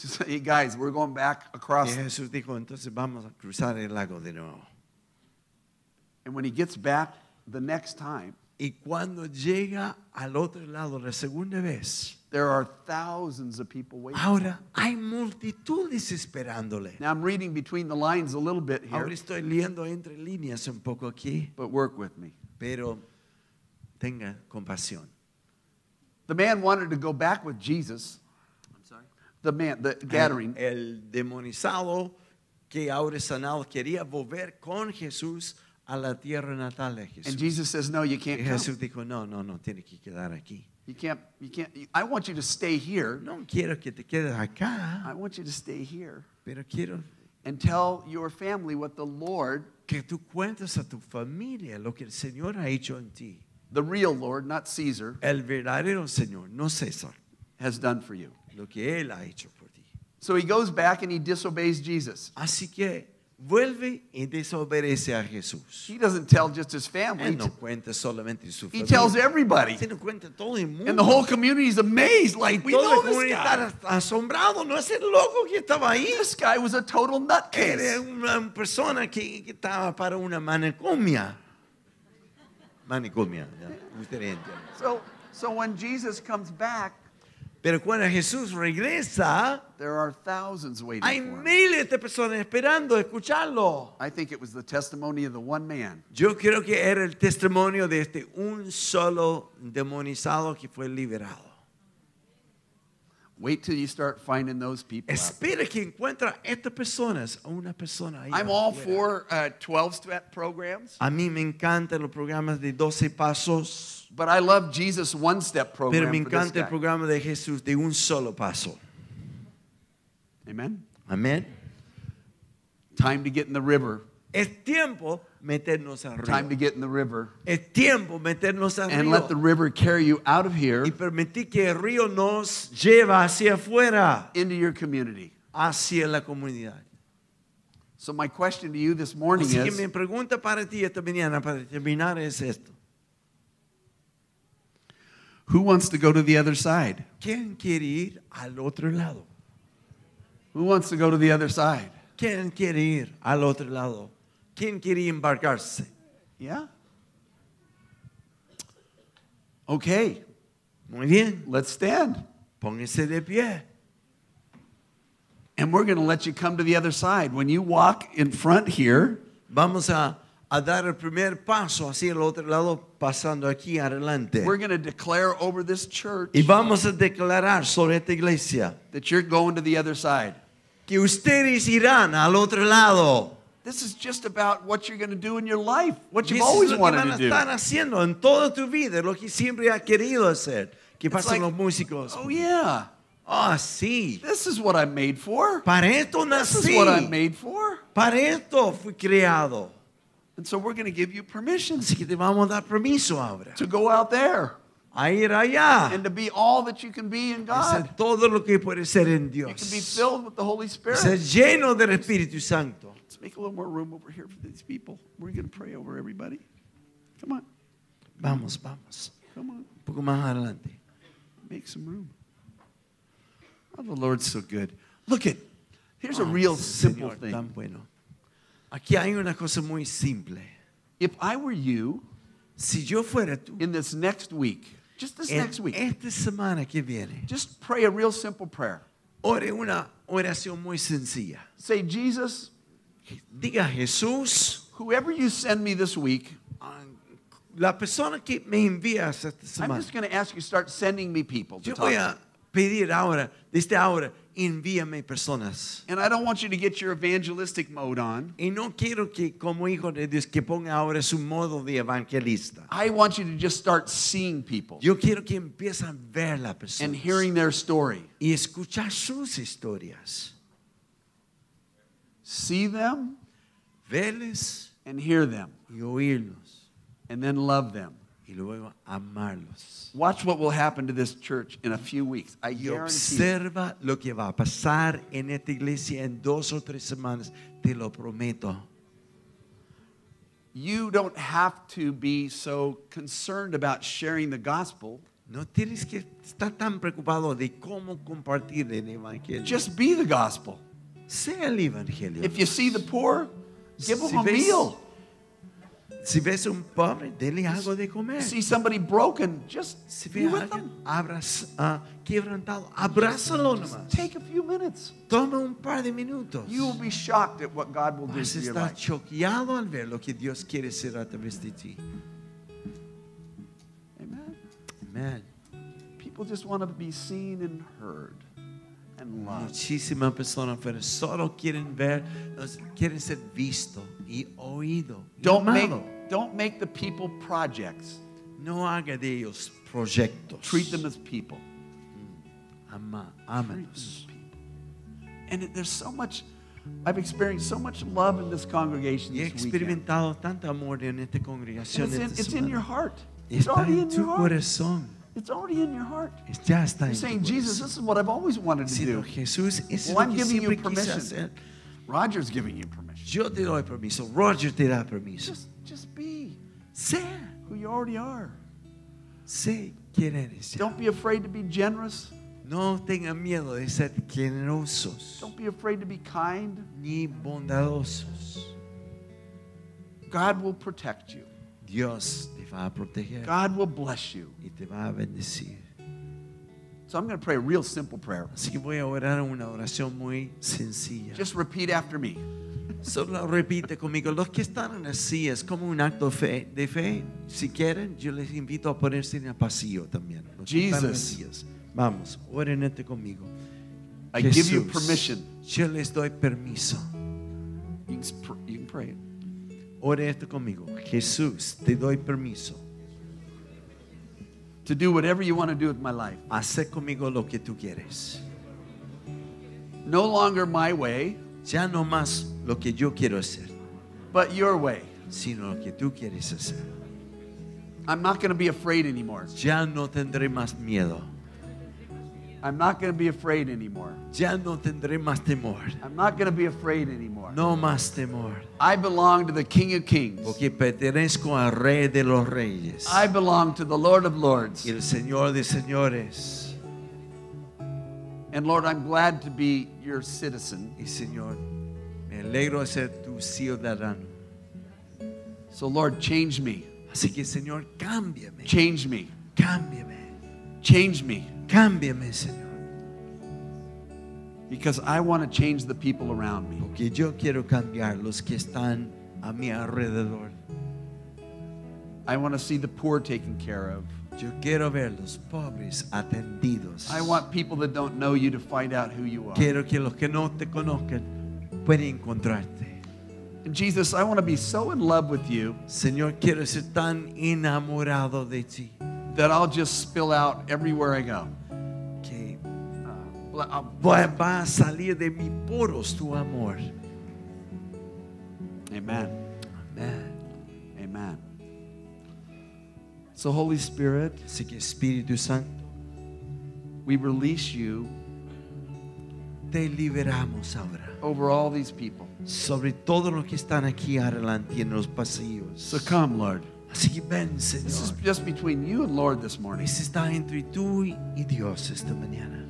She said, hey guys, we're going back
Y
across.
Jesús dijo, entonces vamos a cruzar el lago de nuevo.
And when he gets back the next time,
Y cuando llega al otro lado la segunda vez,
there are thousands of people waiting.
ahora hay multitudes esperándole.
Now I'm reading between the lines a little bit here,
Ahora estoy leyendo entre líneas un poco aquí,
but work with me.
pero tenga compasión.
The man wanted to go back with Jesus. I'm sorry? The man, the gathering,
El, Ah, el demonizado que ahora es sanado quería volver con Jesús a la tierra natal de Jesús.
and Jesus says, No, you
Y
can't come.
Jesús dijo, no, no, no, tiene que quedar aquí.
You can't, you can't, I want you to stay here.
No quiero que te quedes acá,
I want you to stay here
pero quiero
and tell your family what the Lord,
que tú cuentes a tu familia lo que el Señor ha hecho en ti.
the real Lord, not Caesar,
El verdadero Señor, no César,
has done for you.
lo que Él ha hecho por ti.
So he goes back and he disobeys Jesus.
Así que vuelve y desobedece a Jesús.
He doesn't tell just his family.
Él no cuenta solamente su
He
familia.
tells everybody.
Él no cuenta todo el mundo.
And the whole community is amazed,
y
like, we
toda la
know this
comunidad
guy.
está asombrado, no es el loco que estaba ahí.
This guy was a total
Era
nutcase.
una persona que, que estaba para una manicomia. Manicomia, ya, ustedes entienden.
So, so when Jesus comes back,
Pero cuando Jesús regresa,
There are thousands waiting
hay
for him.
miles de personas esperando escucharlo.
I think it was the testimony of the one man.
Yo creo que era el testimonio de este un solo demonizado que fue liberado.
Wait till you start finding those people. out there.
Espera que encuentra a estas personas, a una persona ahí
I'm all
afuera.
for uh, 12 step programs,
A mí me encantan los programas de 12 pasos,
but I love Jesus' one step program.
pero me
for this
encanta el
guy.
programa de Jesús de un solo paso.
Amen.
Amén.
Time to get in the river.
Es tiempo meternos al
Time to
río.
get in the river.
Es tiempo meternos al
And
río.
let the river carry you out of here
y permitir que el río nos lleva hacia afuera,
into your community.
hacia la comunidad.
So, my question to you this morning
Así que
is
mi pregunta para ti esta mañana, para terminar, es esto.
who wants to go to the other side?
¿Quién quiere ir al otro lado?
Who wants to go to the other side?
¿Quién quiere ir al otro lado? ¿Quién quiere embarcarse?
Yeah? Okay,
Muy bien,
let's stand.
póngase de pie.
And we're going to let you come to the other side. When you walk in front here,
Vamos a, a dar el primer paso hacia el otro lado, pasando aquí adelante.
we're going to declare over this church
Y vamos a declarar sobre esta iglesia
that you're going to the other side.
que ustedes irán al otro lado.
This is just about what you're going to do in your life, what
Y
you've
eso
always
es lo que
wanted
van a
to do.
estar haciendo en toda tu vida, lo que siempre has querido hacer. Que
like,
pasan los músicos.
Oh, yeah,
Ah, sí.
this is what I'm made for.
Para esto
This is
nací.
what I'm made for.
Para esto fui creado.
And so we're going to give you permission
Así que te vamos a dar permiso ahora.
to go out there
A ir allá.
and to be all that you can be in
A
God.
Ser todo lo que puede ser en
You can be
Dios.
filled with the Holy Spirit.
Ser lleno del Espíritu Santo.
Let's make a little more room over here for these people. We're going to pray over everybody. Come on,
Vamos, vamos.
come on,
Un poco más adelante.
make some room. Oh, the Lord's so good. Oh, Look at, here's a real simple
Señor,
thing.
Tan bueno. Aquí hay una cosa muy simple.
If I were you
Si yo fuera tú,
in this next week, just this
en
next week,
esta semana que viene,
just pray a real simple prayer.
ore una oración muy sencilla.
Say, Jesus,
Diga Jesús,
whoever you send me this week,
ah, la persona que me envías esta
I'm
semana,
just going to ask you to start sending me people to
yo
talk
voy
to.
a pedir ahora, desde ahora, envíame personas.
And I don't want you to get your evangelistic mode on.
Y no quiero que como hijo de Dios que ponga ahora su modo de evangelista.
I want you to just start seeing people
Yo quiero que empiecen a ver la
and
persona
hearing their story.
y escuchar sus historias.
See them
Verles
and hear them,
y oírlos
and then love them.
y luego amarlos.
Watch what will happen to this church in a few weeks. I
Y
guarantee. it.
observa lo que va a pasar en esta iglesia en dos o tres semanas, te lo prometo.
You don't have to be so concerned about sharing the gospel.
No tienes que estar tan preocupado de cómo compartir el evangelio.
Just be the gospel.
sea el evangelio.
If you see the poor, give them
Si
a
ves-
meal.
si ves un pobre, dele algo de comer.
See somebody broken, just
si
be
ves a
with
alguien
them.
abraz- ah, quebrantado, abrázalo nomás.
Take a few minutes.
Toma un par de minutos.
You will be shocked at what God will do
Vas
for
a
your
estar
life.
choqueado al ver lo que Dios quiere hacer a través de ti.
Amen.
Amén.
People just want to be seen and heard and loved.
Muchísimas personas pero solo quieren ver, quieren ser visto y oído. y
Don't make,
amado.
don't make the people projects.
no haga de ellos proyectos.
Treat them as people.
Ama,
Treat them as
ámalos.
people. And it- there's so much, I've experienced so much love in this congregation
Y he
this weekend.
experimentado tanto amor en esta
And
congregación.
It's in,
esta
it's in
semana.
your heart. It's
Está
already
en
in your
tu
heart.
corazón.
It's already in your heart.
Ya está
You're
en tu
saying, Jesus,
corazón.
this is what I've always wanted to do.
Diciendo, Jesús, eso
Well,
es
I'm
lo que
giving you
siempre quise
permission.
hacer.
Roger's giving you permission.
Yo te doy permiso. Roger te da permiso.
Just, just be
Sé,
who you already are.
sé quién eres. ya.
Don't be afraid to be generous.
No tengan miedo de ser generosos.
Don't be afraid to be kind.
ni bondadosos.
God will protect you.
Dios te va a proteger
God will bless you.
y te va a bendecir.
So I'm going to pray a real simple prayer.
Así que voy a orar una oración muy sencilla.
Just repeat after me.
Solo repite conmigo. Los que están así es como un acto fe- de fe. Si quieren, yo les invito a ponerse en el pasillo también. Los que están
Jesus.
vacíos. Vamos, oren este conmigo.
I give you
Jesús,
permission.
Yo les doy permiso.
You can, sp- you can pray it.
Ore esto conmigo. Jesús, te doy permiso.
To do whatever you want to do with my life.
Haz conmigo lo que tú quieres.
No longer my way,
ya no más lo que yo quiero hacer,
but your way.
sino lo que tú quieres hacer.
I'm not going to be afraid anymore.
Ya no tendré más miedo,
I'm not going to be afraid anymore.
ya no tendré más temor,
I'm not going to be afraid anymore.
no más temor,
I belong to the King of Kings.
porque pertenezco al Rey de los Reyes,
I belong to the Lord of Lords.
el Señor de señores.
And Lord, I'm glad to be your citizen.
Y Señor, me alegro de ser tu ciudadano.
So, Lord, change me.
Así que Señor, cámbiame,
Change me.
cámbiame,
Change me.
cámbiame, Señor.
Because I want to change the people around me.
Porque yo quiero cambiar los que están a mi alrededor.
I want to see the poor taken care of.
Yo quiero ver los pobres atendidos.
I want people that don't know you to find out who you are.
Quiero que los que no te conozcan puedan encontrarte.
And Jesus, I want to be so in love with you
Señor, quiero ser tan enamorado de ti
that I'll just spill out everywhere I go.
que
Bl- I'll-
va, va a salir de mis poros tu amor.
Amen.
Amén.
Amen. So, Holy Spirit,
Así que Espíritu Santo,
we release you
te liberamos ahora.
over all these people.
sobre todos los que están aquí adelante en los pasillos.
So, come, Lord.
Así que ven,
This is
Señor.
just between you and Lord this morning.
Ese está entre tú y y Dios esta mañana.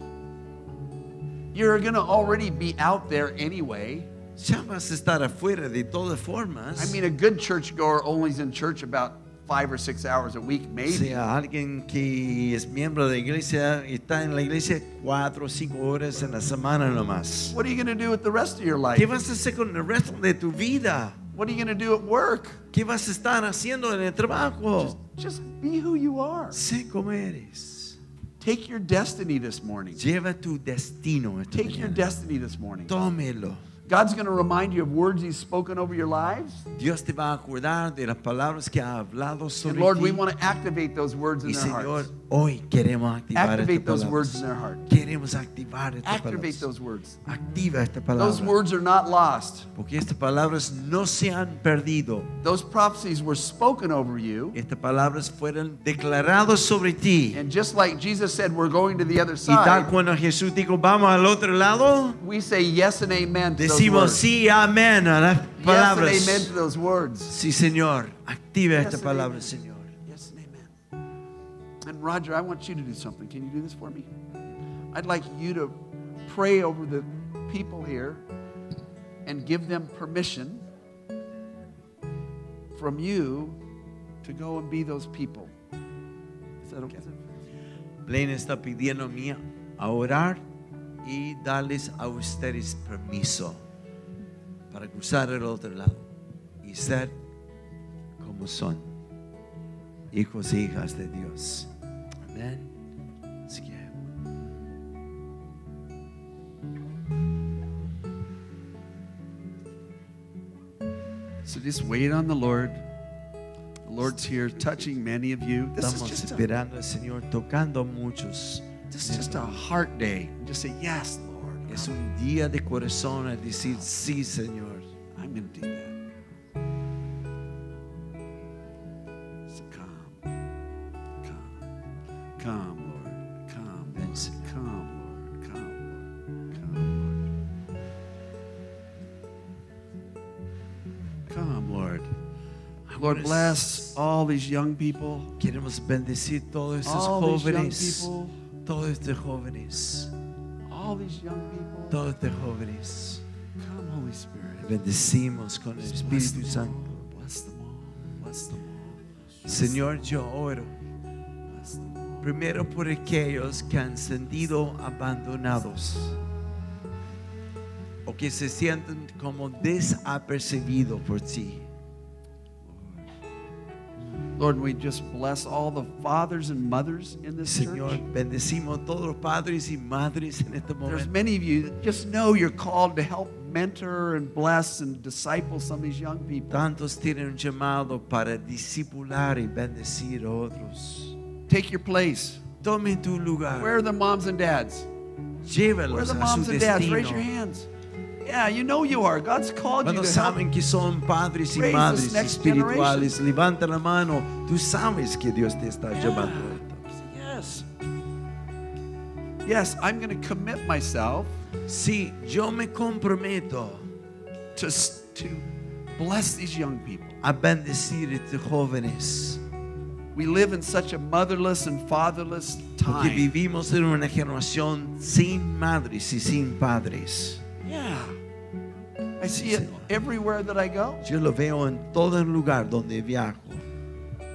You're going to already be out there anyway.
Ya vas a estar afuera de todas formas.
I mean, a good churchgoer only is in church about five or six hours a week,
o
maybe.
sea, alguien que es miembro de la iglesia está en la iglesia cuatro o cinco horas en la semana nomás.
What are you going to do with the rest of your life?
¿Qué vas a hacer con el resto de tu vida?
What are you going to do at work?
¿Qué vas a estar haciendo en el trabajo?
Just be who you are.
Sé cómo eres.
Take your destiny this morning.
Lleva tu destino. esta
Take your
mañana.
destiny this morning.
Tómelo.
God's going to remind you of words He's spoken over your lives.
Dios te va a acordar de las palabras que ha hablado
And
sobre
Lord,
ti.
we want to activate those words in
y
their
Señor,
hearts.
hoy queremos activar
Activate
estas
those words in
palabras.
their heart.
Queremos activar estas
Activate
palabras.
those words.
Activa esta palabra.
Those words are not lost.
Porque estas palabras no se han perdido.
Those prophecies were spoken over you.
Estas palabras fueron declaradas sobre ti.
And just like Jesus said, we're going to the other
Y tal
side,
cuando Jesús dijo, vamos al otro lado,
we say yes and amen to those
decimos
words.
sí, amén a las
Yes and
palabras.
amen to those words.
Sí, Señor. Activa
Yes
esta
and
palabra,
amen.
Señor.
Yes and amen. And Roger, I want you to do something. Can you do this for me? I'd like you to pray over the people here and give them permission from you to go and be those people. Is that okay?
Blaine está pidiendo a mí a orar y darles a ustedes permiso para cruzar el otro lado y ser como son, hijos e hijas de Dios. Amén. Así que,
So just wait on the Lord. The Lord's here touching many of you. This is
estamos
just a,
esperando al Señor, tocando a muchos.
this is just a heart day. Just say, Yes, Lord.
Es un día de corazón a decir sí, Señor.
I'm going to do that. So come, come, come, Lord, come, Lord, come, Lord, come, Lord, come, Lord. Come, Lord. Lord, bless all these young people,
Queremos bendecir todos estos
All these young
jóvenes,
people.
todos estos jóvenes,
all these young people.
todos estos jóvenes.
Come, Holy Spirit.
Bendecimos con el
Just bless
Espíritu
them
Santo.
all. Bless them all. Bless them all.
Señor, yo oro
Bless them all.
primero por aquellos que han sentido abandonados o que se sienten como desapercibidos por ti.
Lord, we just bless all the fathers and mothers in this
Señor,
church.
bendecimos a todos los padres y madres en este
There's
momento.
many of you that just know you're called to help mentor and bless and disciple some of these young people.
Tantos tienen un llamado para discipular y bendecir a otros.
Take your place.
Tome tu
Where
lugar.
are the moms and dads? Where are
Llévalos
the
a su
moms and dads? Raise your
destino.
hands. Yeah, you know you are. God's called you
Cuando
to help.
saben que son padres y
raise this
madres
next
espirituales, levanta la mano. Tú sabes que Dios te está llamando. ahorita.
Yes. Yes, I'm going to commit myself
Sí, yo me comprometo
to, s- to bless these young people.
a bendecir a estos jóvenes.
We live in such a motherless and fatherless
Porque
time.
vivimos en una generación sin madres y sin padres.
Yeah. I see it everywhere that I go.
Yo lo veo en todo el lugar donde viajo.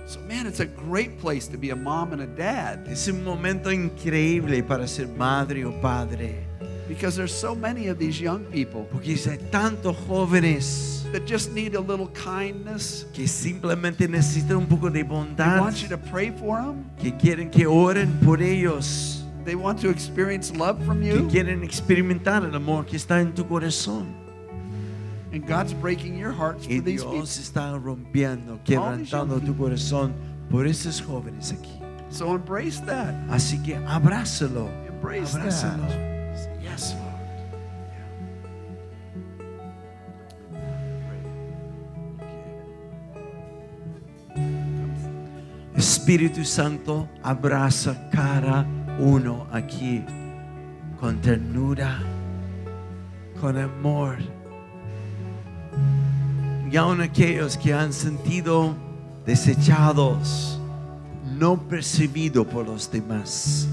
So, man, it's a great place to be a mom and a dad
Es un momento increíble para ser madre o padre.
because there's so many of these young people
Porque hay tantos jóvenes
that just need a little kindness.
que simplemente necesitan un poco de
They
bondad.
want you to pray for them,
que quieren que oren por ellos,
they want to experience love from
que
you,
quieren experimentar el amor que está en tu corazón.
and God's breaking your hearts
Y
for these people.
Dios está rompiendo, quebrantando tu corazón por esos jóvenes aquí.
So, embrace that.
Así que abrázalo,
Embrace that.
abrázalo.
Yes, Lord.
Espíritu Santo abraza cada uno aquí con ternura, con amor. Y aun aquellos que han sentido desechados, no percibido por los demás,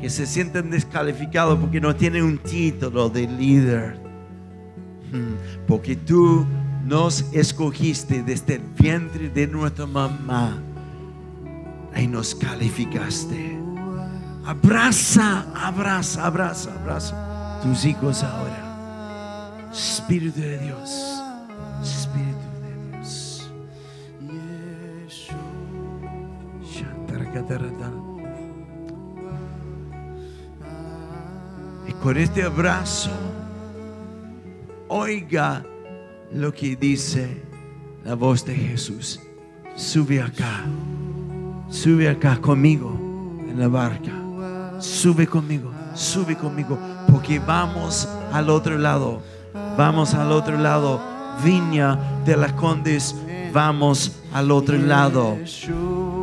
que se sienten descalificados porque no tienen un título de líder, Mm, porque tú nos escogiste desde el vientre de nuestra mamá y nos calificaste. Abraza, abraza, abraza, abraza tus hijos ahora. Espíritu de Dios, Espíritu de Dios. Shantarakatarata. Y con este abrazo, oiga lo que dice la voz de Jesús. Sube acá. Sube acá conmigo en la barca. Sube conmigo, sube conmigo, porque vamos al otro lado. Vamos al otro lado. Viña de las Condes, vamos al otro lado.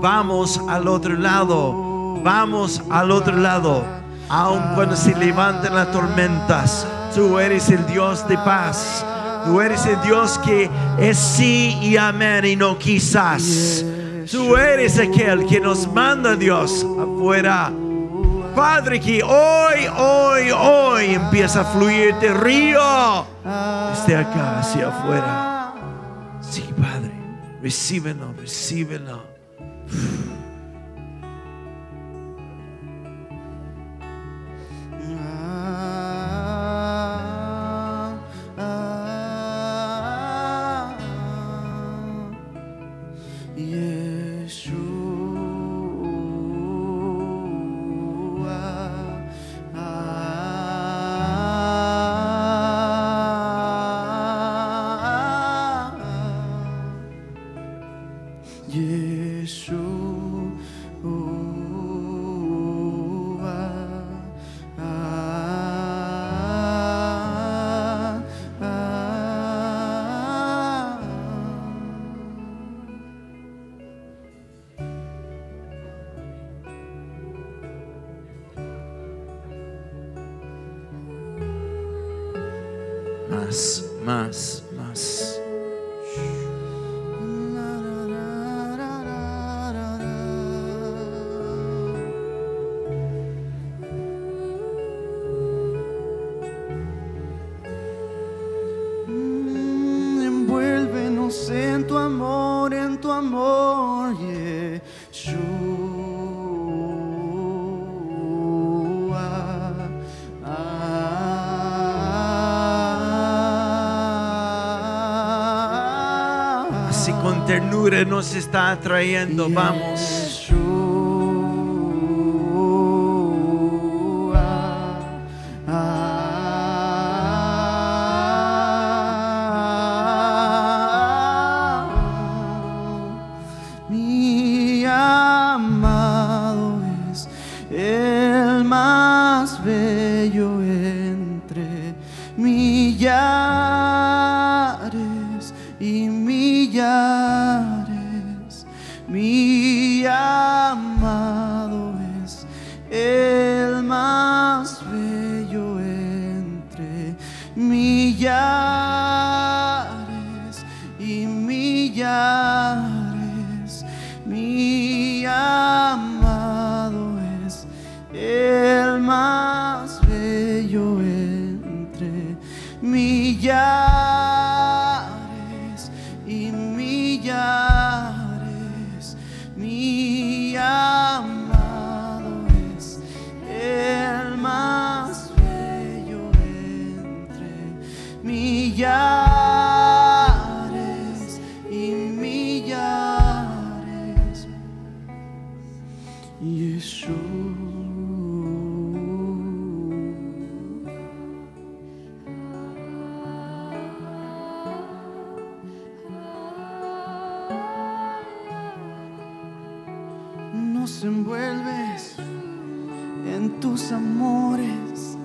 Vamos al otro lado. Vamos al otro lado. Aun cuando se levanten las tormentas, tú eres el Dios de paz. Tú eres el Dios que es sí y amén y no quizás. Tú eres aquel que nos manda Dios afuera. Padre, que hoy, hoy, hoy empieza a fluir este río desde acá hacia afuera. Sí, Padre, recíbelo, recíbelo. Más, más, más.
Envuélvenos en tu amor, en tu amor, Yeshua.
Así con ternura nos está atrayendo, vamos.
Mi amado es el más bello entre mis mi amado es el más bello eh. entre millares y millares, mi amado es el más bello entre millares y millares, mi amado es el más bello entre millares y millares. Yeshua. nos envuelves en tus amores,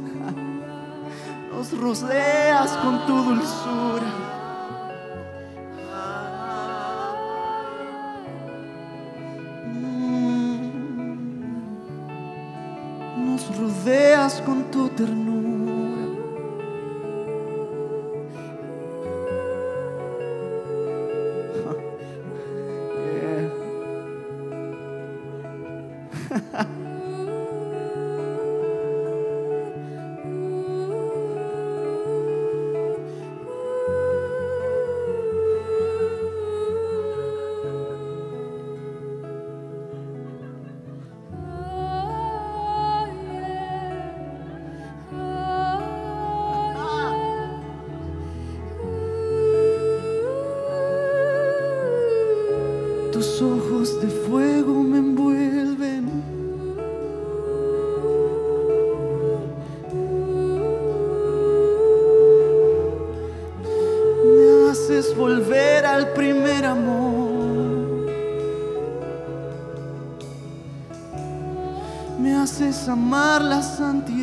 nos rodeas con tu dulzura. Mm. Nos rodeas con tu ternura. Yeah. Tus ojos de fuego me envuelven. Me haces volver al primer amor. Me haces amar la santidad.